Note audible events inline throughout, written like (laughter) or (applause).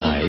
台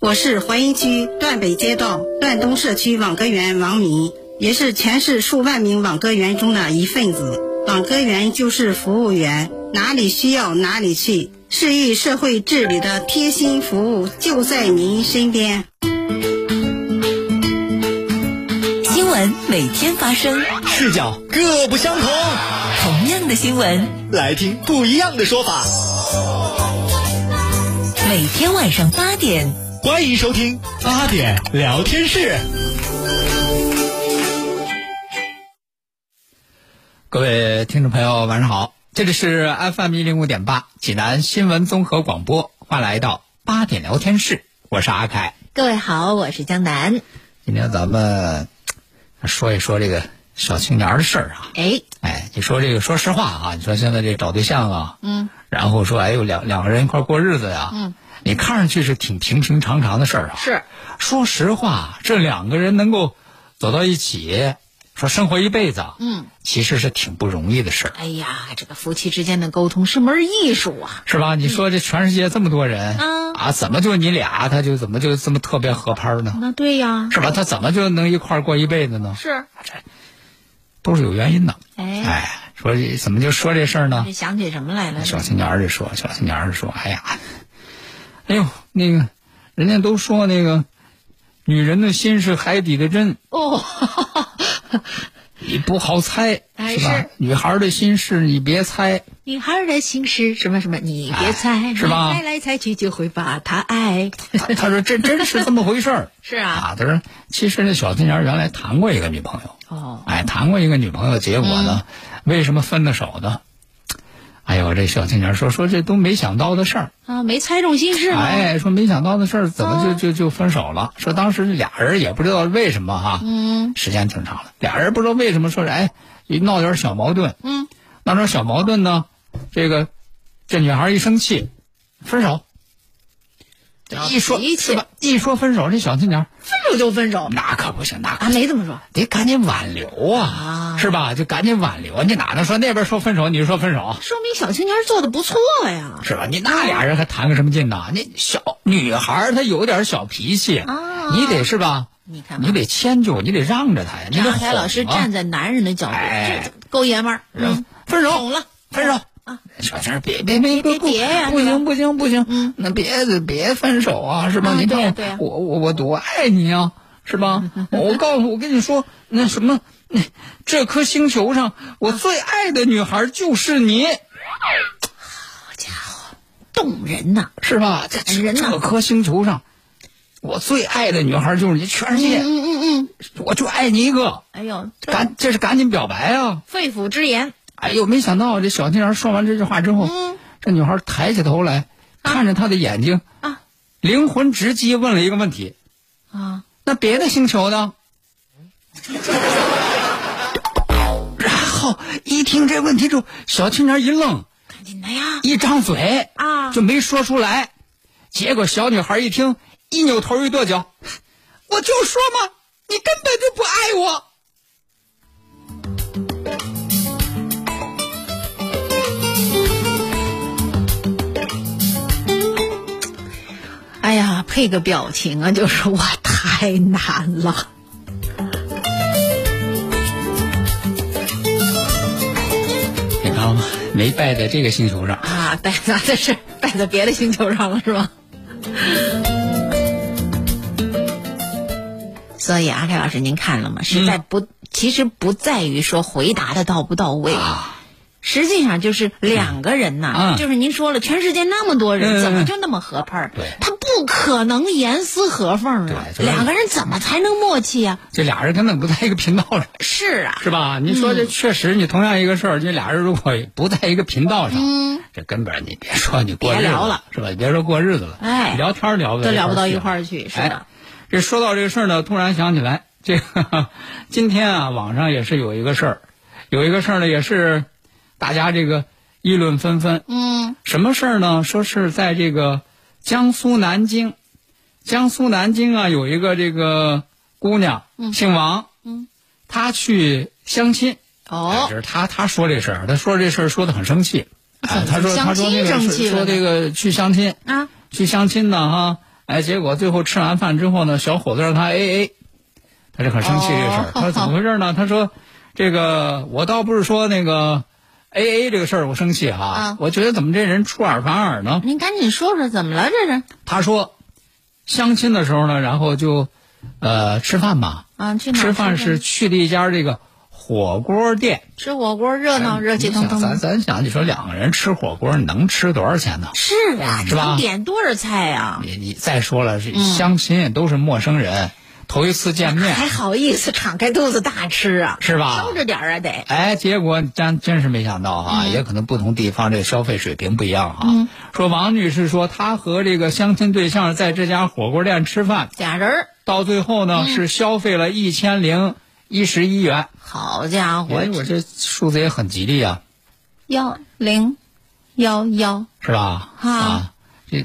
我是槐荫区段北街道段东社区网格员王明，也是全市数万名网格员中的一份子。网格员就是服务员，哪里需要哪里去。市域社会治理的贴心服务就在您身边。新闻每天发生，视角各不相同。同样的新闻，来听不一样的说法。每天晚上八点，欢迎收听八点聊天室。各位听众朋友，晚上好。这里是 FM 一零五点八济南新闻综合广播，欢迎来到八点聊天室，我是阿凯。各位好，我是江南。今天咱们说一说这个小青年的事儿啊。哎哎，你说这个，说实话啊，你说现在这找对象啊，嗯，然后说哎呦两两个人一块过日子呀、啊，嗯，你看上去是挺平平常常的事儿啊。是，说实话，这两个人能够走到一起。说生活一辈子，嗯，其实是挺不容易的事儿。哎呀，这个夫妻之间的沟通是门艺术啊，是吧？你说这全世界这么多人，嗯、啊，怎么就你俩，他就怎么就这么特别合拍呢？那对呀，是吧？他怎么就能一块儿过一辈子呢？是，这都是有原因的。哎，哎，说怎么就说这事儿呢？想起什么来了？小青年就说，小青年就说，哎呀，哎呦，那个，人家都说那个，女人的心是海底的针。哦。你不好猜，哎、是吧？是女孩的心事你别猜，女孩的心事什么什么你别猜，哎、是吧？猜来猜去就会把她爱。他说这真是这么回事儿。是啊，啊，他说其实那小青年原来谈过一个女朋友，哦，哎，谈过一个女朋友，结果呢，嗯、为什么分的手呢？哎呦，这小青年说说这都没想到的事儿啊，没猜中心事吗？哎，说没想到的事儿，怎么就、啊、就就分手了？说当时俩人也不知道为什么哈、啊，嗯，时间挺长了，俩人不知道为什么说是哎，闹点小矛盾，嗯，闹点小矛盾呢，这个这女孩一生气，分手，一说是吧？一说分手，这小青年分手就分手，那可不行，那啊没这么说，得赶紧挽留啊，啊是吧？就赶紧挽留，你哪能说那边说分手，你说分手？说明小青年做的不错呀，是吧？你那俩人还谈个什么劲呢？那小女孩她有点小脾气，啊、你得是吧？你看，你得迁就，你得让着她呀。你得啊凯老师站在男人的角度，哎，够爷们儿，嗯，分手，懂了，分手。啊，小青，别别别别别呀！不行不行不行，嗯，那别别分手啊，是吧？你看我我我多爱你啊，是吧？ (laughs) 我告诉我跟你说，那什么，这颗星球上我最爱的女孩就是你。好家伙，动人呐，是吧？这哎人呐，这颗星球上我最爱的女孩就是你，全世界，嗯嗯嗯，我就爱你一个。哎呦，赶这是赶紧表白啊！肺腑之言。哎呦，没想到这小青年说完这句话之后，嗯、这女孩抬起头来，啊、看着他的眼睛，啊，灵魂直击问了一个问题，啊，那别的星球呢？ (laughs) 然后一听这问题之后，小青年一愣，赶紧的呀，一张嘴啊，就没说出来。结果小女孩一听，一扭头一跺脚，我就说嘛，你根本就不爱我。哎呀，配个表情啊， (laughs) 就是我太难了。你看吗？没败在这个星球上啊，败在的 (laughs) 是败在别的星球上了，(laughs) 是吧？所以阿凯老师，您看了吗？实在不，嗯、其实不在于说回答的到不到位。啊实际上就是两个人呐、嗯嗯、就是您说了，全世界那么多人，嗯、怎么就那么合拍？对，他不不可能严丝合缝啊对！就是两个人怎么才能默契呀、这俩人根本不在一个频道上，是啊，是吧？你说这确实，你同样一个事儿，这俩人如果不在一个频道上，这根本你别说你过日子嗯别聊了，是吧？你别说过日子了，哎聊天儿聊不都聊不到一块儿儿去，是哎吧？这说到这个事儿呢，突然想起来，这个今天啊，网上也是有一个事儿，有一个事儿呢，也是大家这个议论纷纷。嗯，什么事儿呢？说是在这个江苏南京，江苏南京啊，有一个这个姑娘，姓王，嗯，她去相亲。哦这，是她她说这事儿，她说这事儿说的很生气。哎，她说她啊相说亲那个生气是了呢说这个去相亲，啊，去相亲呢哈，哎，结果最后吃完饭之后呢，小伙子让他 A A，他是很生气这事儿哦。他说怎么回事呢？他说，这个我倒不是说那个 A A 这个事儿我生气哈、啊我觉得怎么这人出尔反尔呢？您赶紧说说怎么了？这是他说，相亲的时候呢，然后就，呃，吃饭吧，啊，去哪儿吃饭去是去了一家这个火锅店，吃火锅热闹，哎热气你想腾腾咱的。咱想，你说两个人吃火锅能吃多少钱呢？是啊，是吧能点多少菜啊呀、你你再说了，嗯是相亲也都是陌生人，头一次见面，还好意思敞开肚子大吃啊？是吧收着嗯点儿啊得。哎，结果咱真是没想到哈、也可能不同地方这个消费水平不一样哈、嗯说王女士说，她和这个相亲对象在这家火锅店吃饭，俩人儿，到最后呢、嗯是消费了一千零一十一元。好家伙哎，，我这数字也很吉利啊，幺零幺幺，是吧？啊啊，这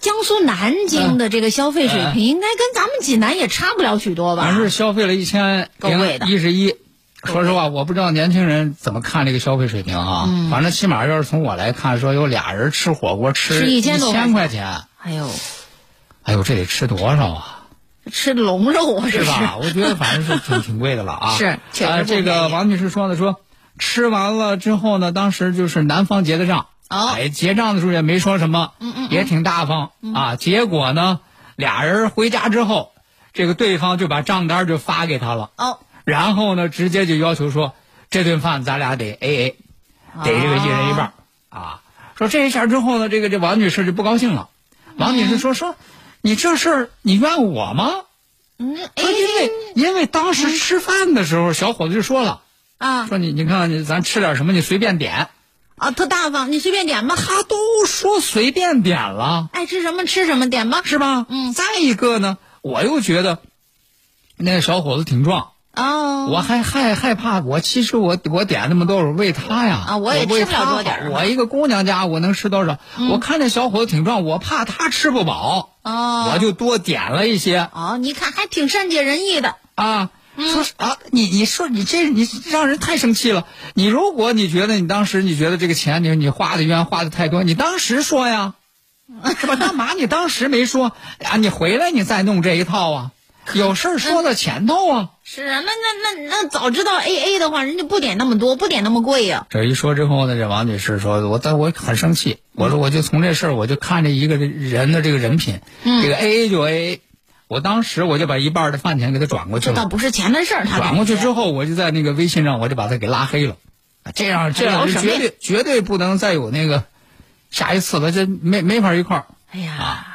江苏南京的这个消费水嗯平应该跟咱们济南也差不了许多吧？反正是消费了一千够贵的零一十一。说实话，我不知道年轻人怎么看这个消费水平啊。嗯反正起码要是从我来看，说有俩人吃火锅吃吃一1000多块钱块钱，哎呦，哎呦，这得吃多少啊？吃龙肉啊，(laughs) 这是是吧？我觉得反正是挺挺贵的了啊。 (laughs) 是确实呃，不这便宜个王女士说的说，吃完了之后呢，当时就是男方结的账。哦哎，结账的时候也没说什么，嗯嗯嗯也挺大方、啊。结果呢，俩人回家之后，这个对方就把账单就发给他了，哦，然后呢，直接就要求说，这顿饭咱俩得 A A，得这个一人一半儿哦啊。说这一下之后呢，这个这王女士就不高兴了，王女士说说，你这事儿你怨我吗？嗯，哎说因为因为当时吃饭的时候，小伙子就说了，啊说你你看你咱吃点什么，你随便点。啊，特大方，你随便点吧。他都说随便点了，爱吃什么吃什么，点吧。是吧？嗯再一个呢，我又觉得那个小伙子挺壮，哦，我还害害怕。我其实我我点那么多，我为他呀啊我也为吃不了他多点儿啊嗯好我一个姑娘家，我能吃多少？我看这小伙子挺壮，我怕他吃不饱，哦，我就多点了一些。哦，你看还挺善解人意的。啊，说是啊，你你说你这你让人太生气了。你如果你觉得你当时你觉得这个钱你你花的冤花的太多，你当时说呀，是吧？干嘛你当时没说啊？你回来你再弄这一套啊？有事儿说到前头啊。是啊，那那那那早知道 A A 的话，人家不点那么多，不点那么贵呀、这一说之后呢，这王女士说：“我但我很生气，我说我就从这事儿我就看着一个人的这个人品，这个 A A 就 A A，我当时我就把一半的饭钱给他转过去这了。”倒不是钱的事儿，他转过去之后，后，我就在那个微信上我就把他给拉黑了，啊这样这样聊就什么呀绝对绝对不能再有那个下一次了，这没没法一块儿。哎呀，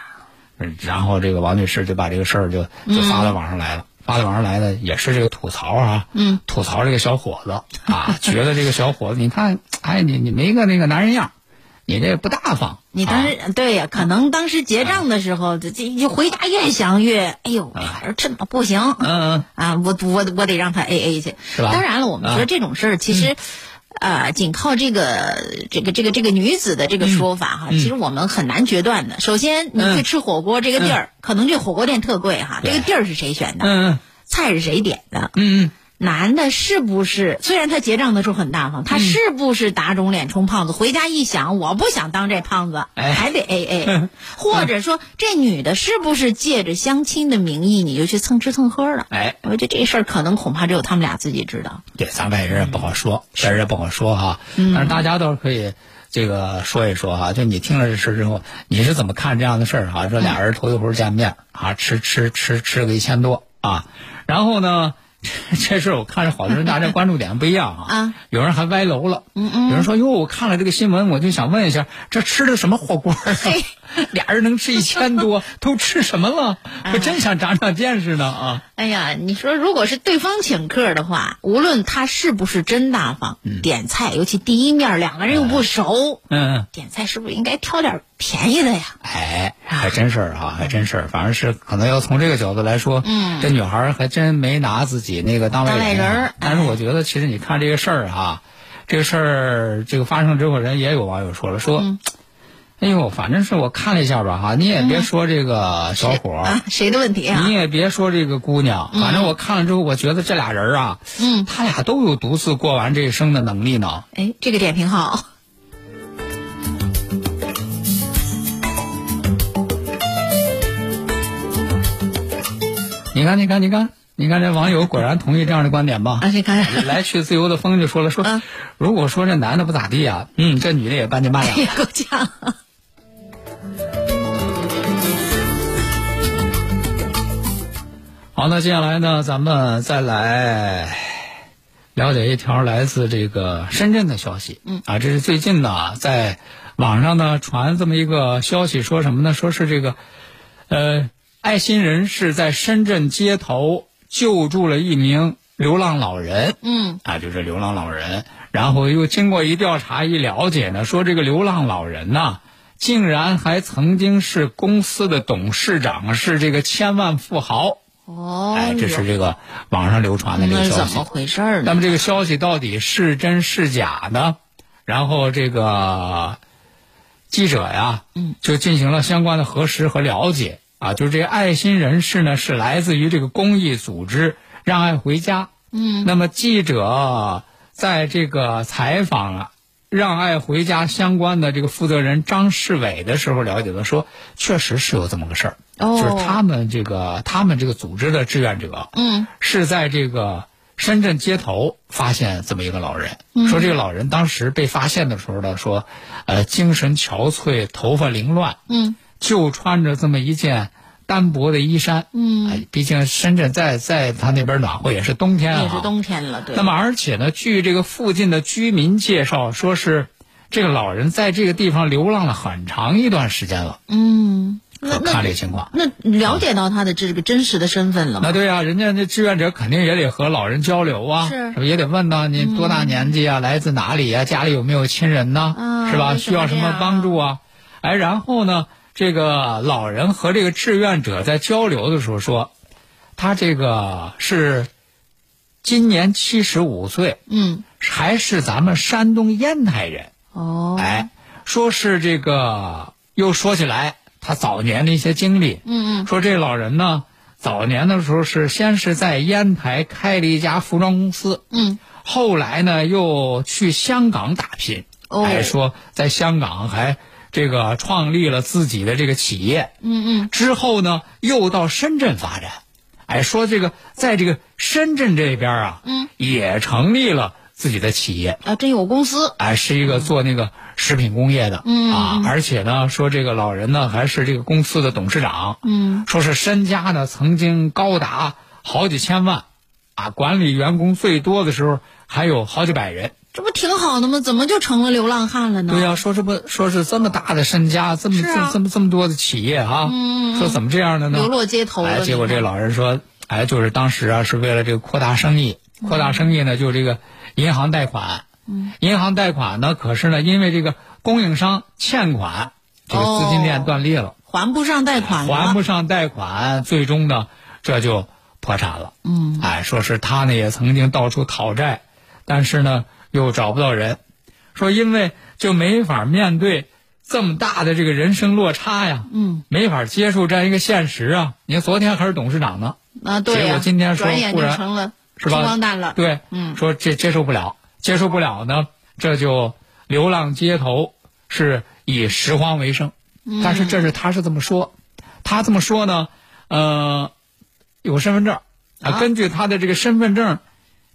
嗯然后这个王女士就把这个事儿就就发到网上来了，发到网上来呢也是这个吐槽啊，嗯，吐槽这个小伙子啊，觉得这个小伙子你看，哎你你没个那个男人样儿，你这不大方，你当啊时、对呀、可能当时结账的时候，这这这回家越想越，哎啊呦，俩人这么不行，嗯嗯啊，我我我得让他 A A 去，吧啊嗯当然了，我们觉得这种事儿其实。呃，仅靠这个这个这个这个女子的嗯这个说法哈，其实我们很难决断的。首先，你去吃火锅这个地儿，可能这火锅店特贵哈，嗯这对个地儿是谁选的，嗯菜是谁点的，嗯嗯男的是不是？虽然他结账的时候很大嗯方，他是不是打肿脸充胖子？回家一想，我不想当这胖子，哎还得 A (laughs) A，或者说这女的是不是借着相亲的名义，你就去蹭吃蹭喝了？哎我觉得这事儿可能恐怕只有他们俩自己知道。对，咱外人也不好说，外人也不好说哈、但是大家倒是可以这个说一说哈、就你听了这事儿之后，你是怎么看这样的事儿哈、说俩人头一回见面啊，吃吃吃吃个一千多啊，然后呢， (laughs) 这这事儿我看着好多人大家关注点不一样啊，啊有人还歪楼了，嗯嗯，有人说哟，我看了这个新闻，我就想问一下，这吃的什么火锅啊？ (laughs) 俩人能吃一千多，都吃什么了？我真想长长见识呢啊！哎呀，你说如果是对方请客的话，无论他是不是真大方，点菜，尤其第一面两个人又不熟，嗯，点菜是不是应该挑点便宜的呀？哎，还真事儿啊，还真事儿。反正是可能要从这个角度来说，嗯这女孩儿还真没拿自己那个当外当外人啊。人儿哎但是我觉得，其实你看这个事儿啊，这个事儿这个发生之后，人也有网友说了，说，嗯哎呦，反正是我看了一下吧，哈，你也别说这个小伙儿。啊，谁的问题啊你？也别说这个姑娘，反正我看了之后，我觉得这俩人儿啊，嗯他俩都有独自过完这一生的能力呢。哎，这个点评好。你看，你看，你看，你看，这网友果然同意这样的观点吧？啊，这看，来去自由的风就说了，说、嗯如果说这男的不咋地啊，嗯，这女的也半斤八哎 (laughs) 两。呀，够呛。好，那接下来呢，咱们再来了解一条来自这个深圳的消息。嗯，啊，这是最近呢，在网上呢传这么一个消息，说什么呢？说是这个，呃，爱心人士在深圳街头救助了一名流浪老人。嗯，啊，就是流浪老人。然后又经过一调查一了解呢，说这个流浪老人呐、竟然还曾经是公司的董事长，是这个千万富豪。哦，哎，这是这个网上流传的这那个是消怎息么。回事儿那呢？么这个消息到底是真是假呢？然后这个记者呀，嗯，就进行了相关的核实和了解啊。就是这个爱心人士呢，是来自于这个公益组织“让爱回家”。嗯，那么记者在这个采访啊“让爱回家”相关的这个负责人张世伟的时候，了解到说，确实是有这么个事儿，哦就是他们这个他们这个组织的志愿者，嗯，是在这个深圳街头发现这么一个老人，嗯说这个老人当时被发现的时候呢，说，呃，精神憔悴，头发凌乱，嗯，就穿着这么一件单薄的衣衫，嗯哎，毕竟深圳在在他那边暖和，也是冬天啊，也是冬天了，对。那么，而且呢，据这个附近的居民介绍，说是这个老人在这个地方流浪了很长一段时间了。嗯，那可看这那个情况。那了解到他的这个真实的身份了吗？那对啊，人家那志愿者肯定也得和老人交流啊，是嗯吧？也得问呢，你多大年纪啊？来自哪里啊？家里有没有亲人呢？啊是吧？为什么需要什这么样帮助啊？哎，然后呢，这个老人和这个志愿者在交流的时候说，他这个是今年七十五岁，嗯，还是咱们山东烟台人。哦，哎，说是这个，又说起来他早年的一些经历。嗯嗯说这老人呢，早年的时候是先是在烟台开了一家服装公司，嗯，后来呢又去香港打拼，哦还说在香港还这个创立了自己的这个企业。嗯嗯，之后呢，又到深圳发展。哎，说这个在这个深圳这边啊，嗯，也成立了自己的企业。啊，真有公司，哎，是一个做那个食品工业的，嗯啊，而且呢，说这个老人呢还是这个公司的董事长，嗯，说是身家呢曾经高达好几千万，啊，管理员工最多的时候还有好几百人。这不挺好的吗？怎么就成了流浪汉了呢？对呀、说这不说是这么大的身家，这么嗯是啊这这么这么多的企业啊，嗯嗯嗯说怎么这样的呢？流落街头了哎，结果你看这老人说，哎，就是当时啊，是为了这个扩大生意，嗯扩大生意呢，就这个银行贷款，银行贷款呢，可是呢，因为这个供应商欠款，这个资金哦链断裂了，还不上贷款了，还不上贷款，最终呢，这就破产了。嗯，哎，说是他呢也曾经到处讨债，但是呢又找不到人，说因为就没法面对这么大的这个人生落差呀，嗯，没法接受这样一个现实啊。你看昨天还是董事长呢，啊，对结呀、果今天说转眼忽就然成了是穷吧？光蛋了，对，嗯说这接受不了，接受不了呢，这就流浪街头，是以拾荒为生。嗯但是这是他是这么说，他这么说呢，呃，有身份证啊，啊根据他的这个身份证，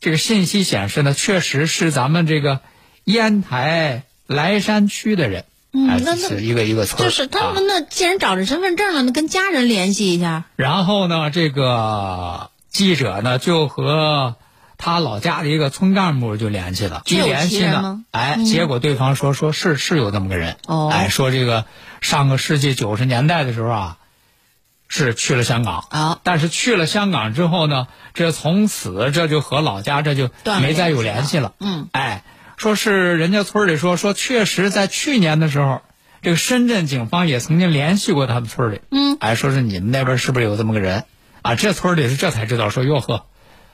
这个信息显示呢，确实是咱们这个烟台莱山区的人，嗯哎那那是一个一个村儿，就是他啊们那既然找着身份证了，那跟家人联系一下，然后呢，这个记者呢就和他老家的一个村干部就联系了，这一有联其系人呢吗，嗯哎，结果对方说说是是有这么个人，哦哎，说这个上个世纪九十年代的时候啊，是去了香港啊但是去了香港之后呢，这从此这就和老家这就断了没再有联联系系了了。嗯，哎，说是人家村里说说，确实在去年的时候，这个深圳警方也曾经联系过他们村里，嗯，哎，说是你们那边是不是有这么个人啊？这村里是这才知道说哟呵，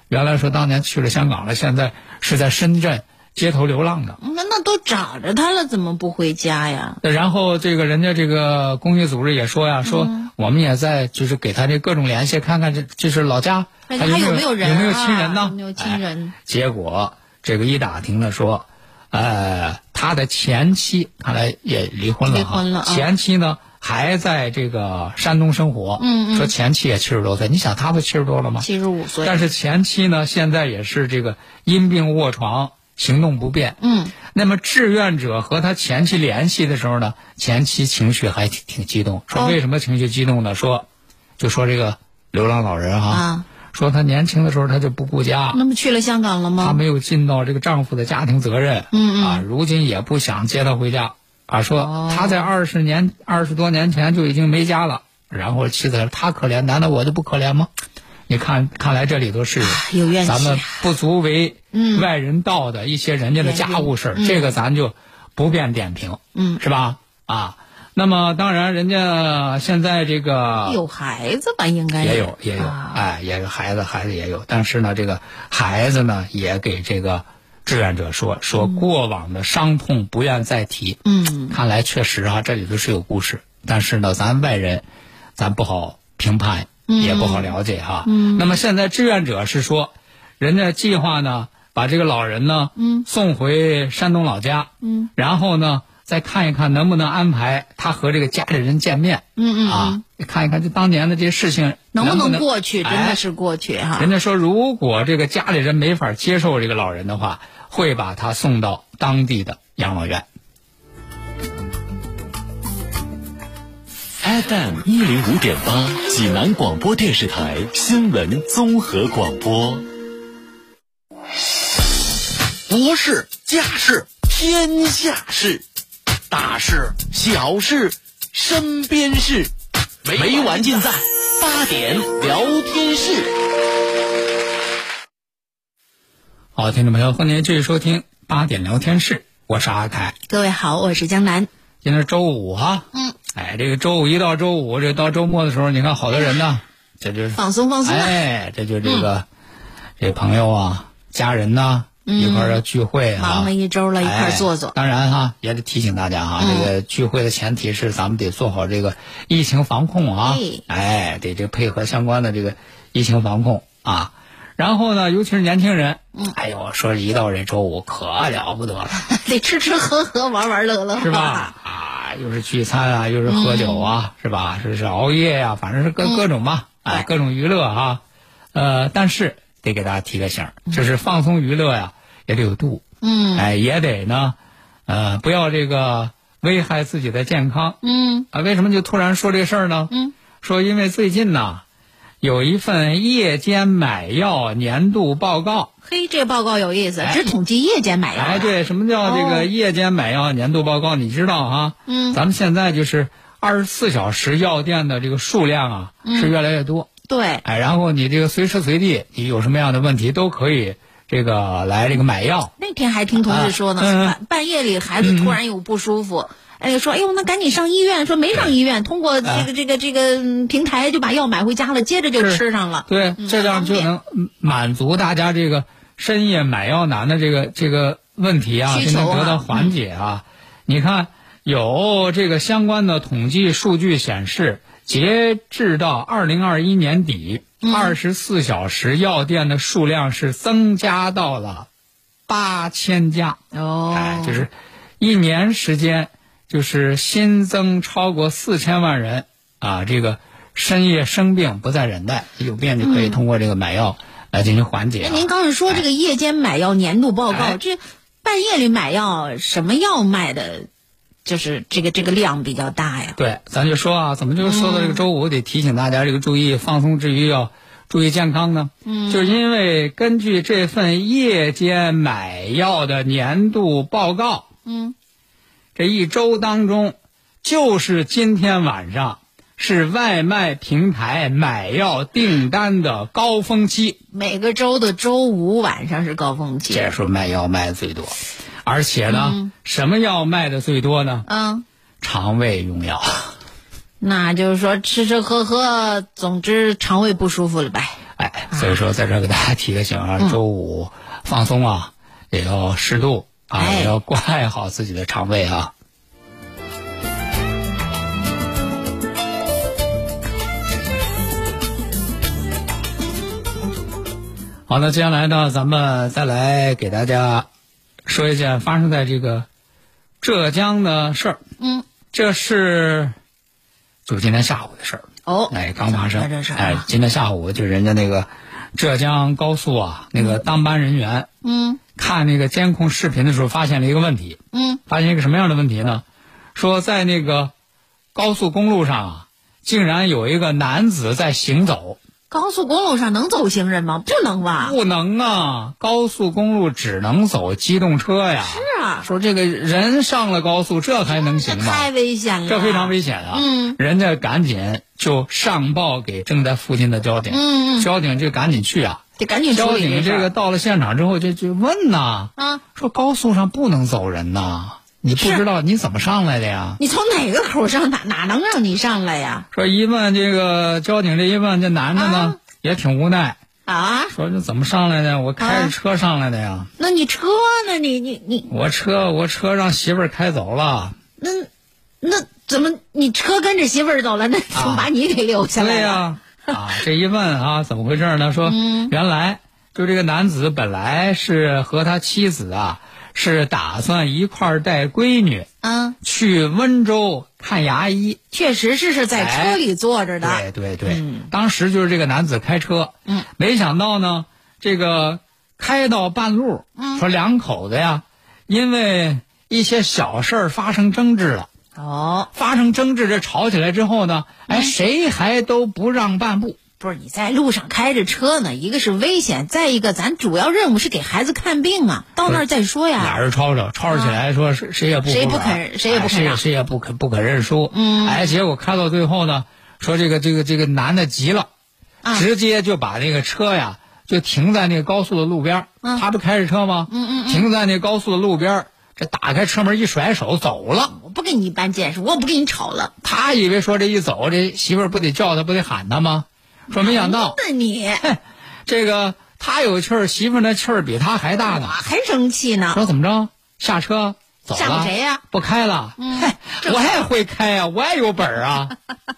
原来说当年去了香港了，现在是在深圳街头流浪的。呃那那都找着他了，怎么不回家呀？然后这个人家这个公益组织也说呀，说嗯我们也在就是给他这各种联系，看看这这是老家哎还还有有没有人有没有啊亲人呢？有没有亲人哎结果这个一打听呢说，呃，他的前妻看来也离婚了哈，离婚了啊前妻呢还在这个山东生活，嗯嗯说前妻也七十多岁，你想他不七十多了吗？七十五岁，啊但是前妻呢，现在也是这个因病卧床，行动不便。嗯，那么志愿者和他前妻联系的时候呢，前妻情绪还挺挺激动，说哦为什么情绪激动呢？说，就说这个流浪老人哈、啊说他年轻的时候他就不顾家，那么去了香港了她吗？没有尽到这个丈夫的家庭责任，嗯哦嗯啊，如今也不想接她回家，啊，说她在二十年二十多年前就已经没家了，然后妻子说她可怜，难道我就不可怜吗？你看，看来这里头是有怨气啊咱们不足为嗯外人道的一些人家的家务事儿，原因嗯这个咱就不便点评，嗯是吧？啊，那么当然，人家现在这个有孩子吧，应该也有也有，啊哎，也有孩子，孩子也有。但是呢，这个孩子呢，也给这个志愿者说说过往的伤痛不愿再提。嗯，看来确实啊，这里头是有故事，但是呢，咱外人，咱不好评判，也不好了解哈、嗯。那么现在志愿者是说，人家计划呢，把这个老人呢，嗯，送回山东老家，嗯，然后呢，再看一看能不能安排他和这个家里人见面，嗯嗯啊，看一看这当年的这些事情能不不能过去？真的哎是过去哈人。家说，如果这个家里人没法接受这个老人的话，会把他送到当地的养老院。 FM 一零五点八，济南广播电视台新闻综合广播。国事、家事、天下事，大事、小事、身边事，每晚尽在八点聊天室。好，听众朋友，欢迎您继续收听八点聊天室，我是阿凯。各位好，我是江南。今天是周五哈，嗯，哎，这个周五一到周五，这到周末的时候，你看好多人呢，这就是放松放松啊嗯哎，这就这个、这朋友啊、家人呐、一块儿要聚会啊，忙了一周了，一块儿坐嗯哎坐。 (laughs) 当然哈，也得提醒大家哈，这个聚会的前提是咱们得做好这个疫情防控啊，哎，得这配合相关的这个疫情防控啊。然后呢，尤其是年轻人，嗯哎呦，说一到这周五可了不得 (laughs) 了，得吃吃喝喝，玩玩乐乐，是吧？？啊，又是聚餐啊，又是喝酒嗯啊，是吧？是是熬夜呀、反正是各各种吧，哎，各种娱乐啊。呃，但是得给大家提个醒儿，就是放松娱乐呀、也得有度。嗯哎，也得呢，呃，不要这个危害自己的健康嗯，啊。为什么就突然说这事儿呢？嗯，说因为最近呐，有一份夜间买药年度报告。嘿，这报告有意思，只统计夜间买药。哎，，对，什么叫这哦个夜间买药年度报告？你知道啊？嗯咱们现在就是二十四小时药店的这个数量啊，嗯是越来越多。对，哎，然后你这个随时随地，你有什么样的问题都可以这个来这个买药。那天还听同事说呢，啊嗯半半夜里孩子突然有不舒服，哎，说哎呦，那赶紧上医院，说没上医院，通过啊这个这个这个嗯平台就把药买回家了，接着就是吃上了。嗯对，这样就能满足大家这个深夜买药难的这个这个问题啊，需就求嗯啊能得到缓解啊。你看，有这个相关的统计数据显示，截至到二零二一年底，嗯二十四小时药店的数量是增加到了八千家，哦，哎，就是一年时间，就是新增超过四千万人啊，这个深夜生病不再忍耐，有病就可以通过这个买药来进行缓解、那啊。嗯哎您刚才说这个夜间买药年度报告，哎这半夜里买药什么药卖的，就是这个这个量比较大呀？对，咱就说啊，怎么就说到这个周五，得提醒大家这个注意放松之余要注意健康呢？嗯，就是因为根据这份夜间买药的年度报告，嗯，这一周当中，就是今天晚上是外卖平台买药订单的高峰期。每个周的周五晚上是高峰期。这时候卖药卖的最多，而且呢，什么药卖的最多呢？嗯，肠胃用药。那就是说吃吃喝喝，总之肠胃不舒服了呗。哎，所以说在这儿给大家提个醒嗯啊，周五放松啊，也要适度啊，哎也要关爱好自己的肠胃啊。好的，接下来呢，咱们再来给大家说一件发生在这个浙江的事儿。嗯，这是就是今天下午的事儿。哦，哎，刚发生，怎么回事啊哎，今天下午就人家那个浙江高速啊，那个当班人员嗯看那个监控视频的时候，发现了一个问题，嗯，发现一个什么样的问题呢？说在那个高速公路上啊，竟然有一个男子在行走，高速公路上能走行人吗？不能吧？不能啊，高速公路只能走机动车呀。是啊，说这个人上了高速，这还能行吗？太危险了，这非常危险啊！嗯，人家赶紧就上报给正在附近的交警，嗯嗯交警就赶紧去啊。得赶紧处交理警事这儿个到了现场之后就就问呐，啊！说高速上不能走人呐，你不是知道你怎么上来的呀？你从哪个口上哪哪能让你上来呀？说一问这个交警这一问，这男的呢、也挺无奈，啊，说这怎么上来的？我开啊着车上来的呀，那你车呢？你你你我车我车让媳妇儿开走了。那那怎么你车跟着媳妇儿走了？那怎么把你给留下来啊对呀、了？啊，这一问啊，怎么回事呢？说、嗯原来就这个男子本来是和他妻子啊，是打算一块儿带闺女啊，去温州看牙医。确实是是在车里坐着的。哎嗯对对对，当时就是这个男子开车，嗯，没想到呢，这个开到半路，嗯说两口子呀，因为一些小事儿发生争执了。哦，发生争执，这吵起来之后呢，哎，嗯谁还都不让半步，不是你在路上开着车呢，一个是危险，再一个咱主要任务是给孩子看病啊，到那儿再说俩呀。人吵吵，吵吵起来说谁谁也不服谁不软肯谁也不哎肯谁也让谁也不肯不肯认输。嗯哎，结果开到最后呢，说这个这个这个男的急了，啊直接就把那个车呀就停在那个高速的路边儿。嗯他不开着车吗？嗯嗯，停在那高速的路边儿，这打开车门一甩手走了。我不跟你一般见识，我不跟你吵了。他以为说这一走，这媳妇儿不得叫他，不得喊他吗？说没想到 (laughs) 那你这个他有气儿，媳妇儿那气儿比他还大呢。还生气呢？说怎么着？下车走了？吓唬谁呀嗯不开了。嗨我也会开呀、我也有本儿啊。 (laughs)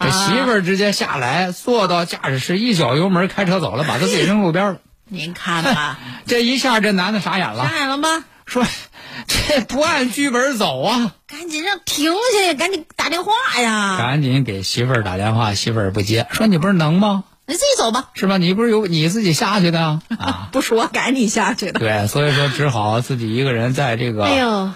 这媳妇儿直接下来，坐到驾驶室，一脚油门开车走了，把他自己扔路边 (laughs) 儿了。您看 (laughs) 吧，这一下，这男的傻眼看了，见了吗？说：“ (laughs) 这不按剧本走啊赶紧让停下呀！赶紧打电话！”呀！赶紧给媳妇儿打电话，媳妇儿不接，说：“你不是能吗？你自己走吧，是吧？你不是有你自己下去的 (laughs) 啊啊？”不是我赶你下去的。对，所以说只好自己一个人在这个哎呦，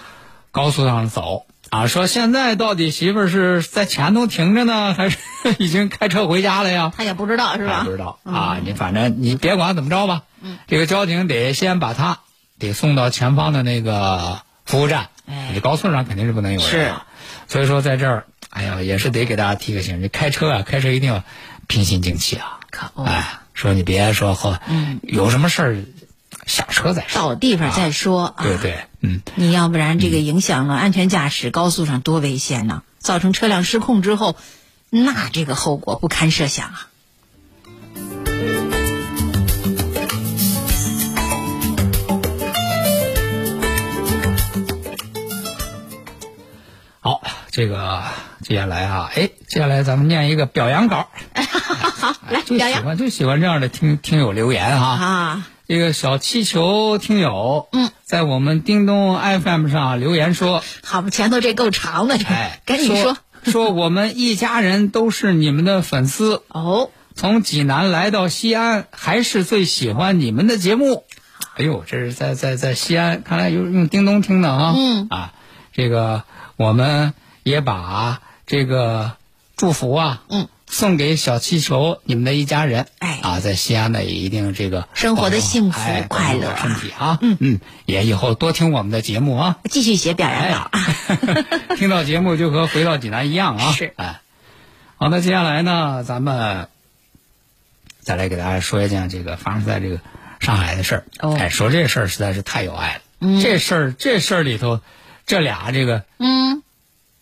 高速上走啊，说现在到底媳妇儿是在前头停着呢，还是已经开车回家了呀？他也不知道是哎吧不？知道嗯啊，你反正你别管怎么着吧，这个交警得先把他得送到前方的那个服务站，哎你高速上肯定是不能有人啊，所以说在这儿，哎呀，也是得给大家提个醒，你开车啊，开车一定要平心静气啊，可不，哎，说你别说后，有什么事儿下车再说，嗯到地方再说啊。对对，嗯。你要不然这个影响了安全驾驶，高速上多危险呢！造成车辆失控之后，那这个后果不堪设想啊！好，这个接下来啊，哎，接下来咱们念一个表扬稿， (laughs) 好，来就表喜扬欢就喜欢这样的听听友留言哈、啊！这个小气球听友，嗯，在我们叮咚 FM 上留言说，好吧，前头这够长的，这哎， (laughs) 赶紧说说说我们一家人都是你们的粉丝，哦。从济南来到西安，还是最喜欢你们的节目。哎呦，这是在在在西安，看来有用叮咚听的啊。嗯啊，这个我们也把这个祝福啊，嗯，送给小气球你们的一家人。哎啊，在西安呢也一定这个生活的保佑幸福哎保佑快乐啊身体啊，嗯嗯，也以后多听我们的节目啊。继续写表扬 (laughs) 稿啊。听到节目就和回到济南一样啊。是，哎，好，那接下来呢，咱们再来给大家说一件这个发生在这个上海的事儿。哦哎，说这事儿实在是太有爱了。这事儿这事儿里头，这俩这个嗯，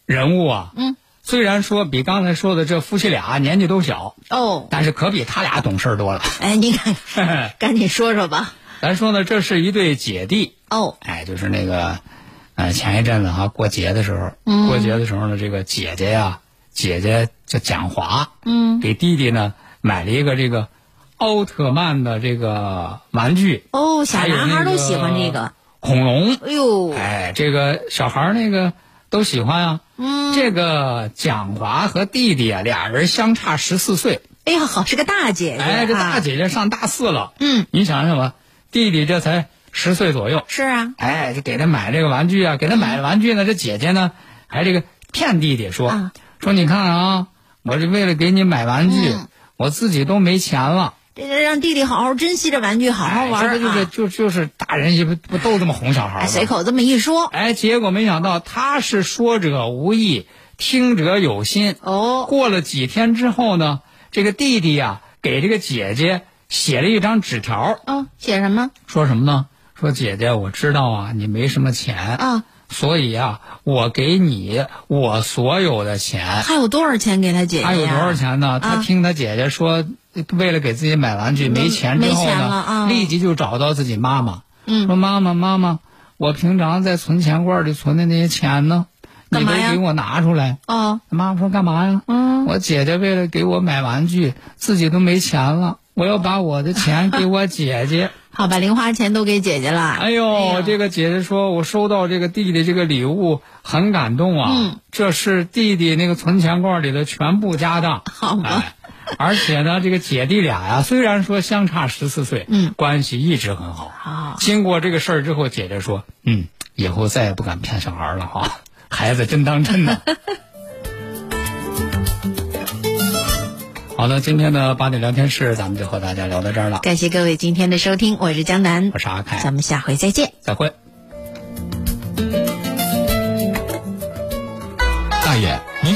人物啊，嗯，虽然说比刚才说的这夫妻俩年纪都小， (laughs) 哦，但是可比他俩懂事儿多了。哎，(laughs) 你看，赶紧说说吧。咱说呢，这是一对姐弟，哦，哎，就是那个，呃，前一阵子哈、过节的时候，嗯过节的时候呢，这个姐姐呀、姐姐叫蒋华，嗯，给弟弟呢买了一个这个奥特曼的这个玩具，哦，小还有男孩那都喜欢这个。恐龙，哎呦，哎，这个小孩儿那个都喜欢啊。嗯，这个蒋华和弟弟啊，俩人相差十四岁，哎呀，好，是个大姐姐。哎，这大啊。姐姐上大四了，嗯，你想想吧，弟弟这才十岁左右，是啊，哎，就给他买这个玩具啊，给他买了玩具呢，这姐姐呢还这个骗弟弟说、啊说你看啊，我是为了给你买玩具，嗯我自己都没钱了，这个让弟弟好好珍惜这玩具，好好玩哎、这儿不就是啊。就就是大人也不不都这么哄小孩儿哎，吗？随口这么一说，哎，结果没想到他是说者无意，听者有心。哦过了几天之后呢，这个弟弟呀、给这个姐姐写了一张纸条，哦，写什么？说什么呢？说姐姐，我知道啊，你没什么钱啊，所以啊，我给你我所有的钱。他有多少钱给他姐姐呀？他有多少钱呢？他啊嗯听他姐姐说，为了给自己买玩具没钱之后没钱了呢啊，立即就找到自己妈妈，嗯说妈妈妈妈，我平常在存钱罐里存的那些钱呢，你干都嘛呀给我拿出来。哦，妈妈说干嘛呀？嗯我姐姐为了给我买玩具，自己都没钱了，我要把我的钱给我姐姐。好吧，零花钱都给姐姐了。哎呦，这个姐姐说，我收到这个弟弟这个礼物很感动啊，嗯这是弟弟那个存钱罐里的全部家当，好吧哎，而且呢，这个姐弟俩呀、虽然说相差十四岁，嗯，关系一直很好。啊，经过这个事儿之后，姐姐说，嗯，以后再也不敢骗小孩了哈、 (laughs) 孩子真当真呢。 (laughs) 好的，今天的八点聊天室咱们就和大家聊到这儿了，感谢各位今天的收听，我是江南我，是阿咱凯，们下回再见。再会。大爷，您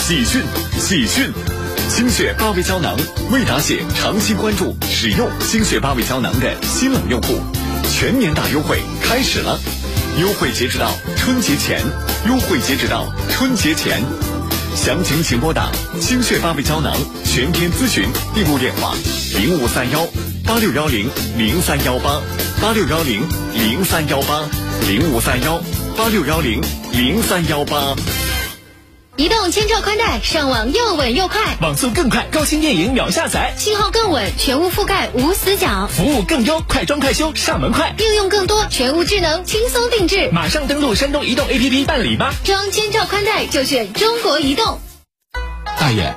喜讯，喜讯！清血八味胶囊，味达蟹长期关注使用清血八味胶囊的新老用户，全年大优惠开始了，优惠截止到春节前，优惠截止到春节前。详情请拨打清血八味胶囊全天咨询订购电话零五三幺八六幺零零三幺八八六幺零零三幺八零五三幺八六幺零零三幺八。移动千兆宽带上网又稳又快，网速更快，高清电影秒下载，信号更稳，全屋覆盖无死角，服务更优，快装快修上门快！应用更多，全屋智能轻松定制。马上登录山东移动 APP 办理吧。装千兆宽带就选中国移动。大爷，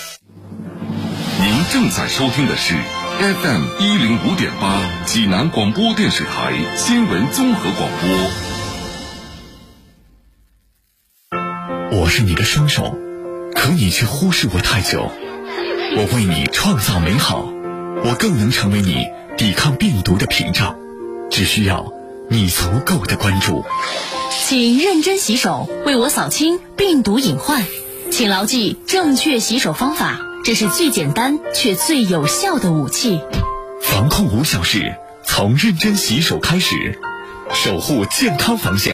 您正在收听的是 FM 一零五点八，济南广播电视台新闻综合广播。我是你的双手，可你却忽视我太久。我为你创造美好，我更能成为你抵抗病毒的屏障。只需要你足够的关注。请认真洗手，为我扫清病毒隐患。请牢记正确洗手方法，这是最简单却最有效的武器。防控无小事，从认真洗手开始，守护健康防线。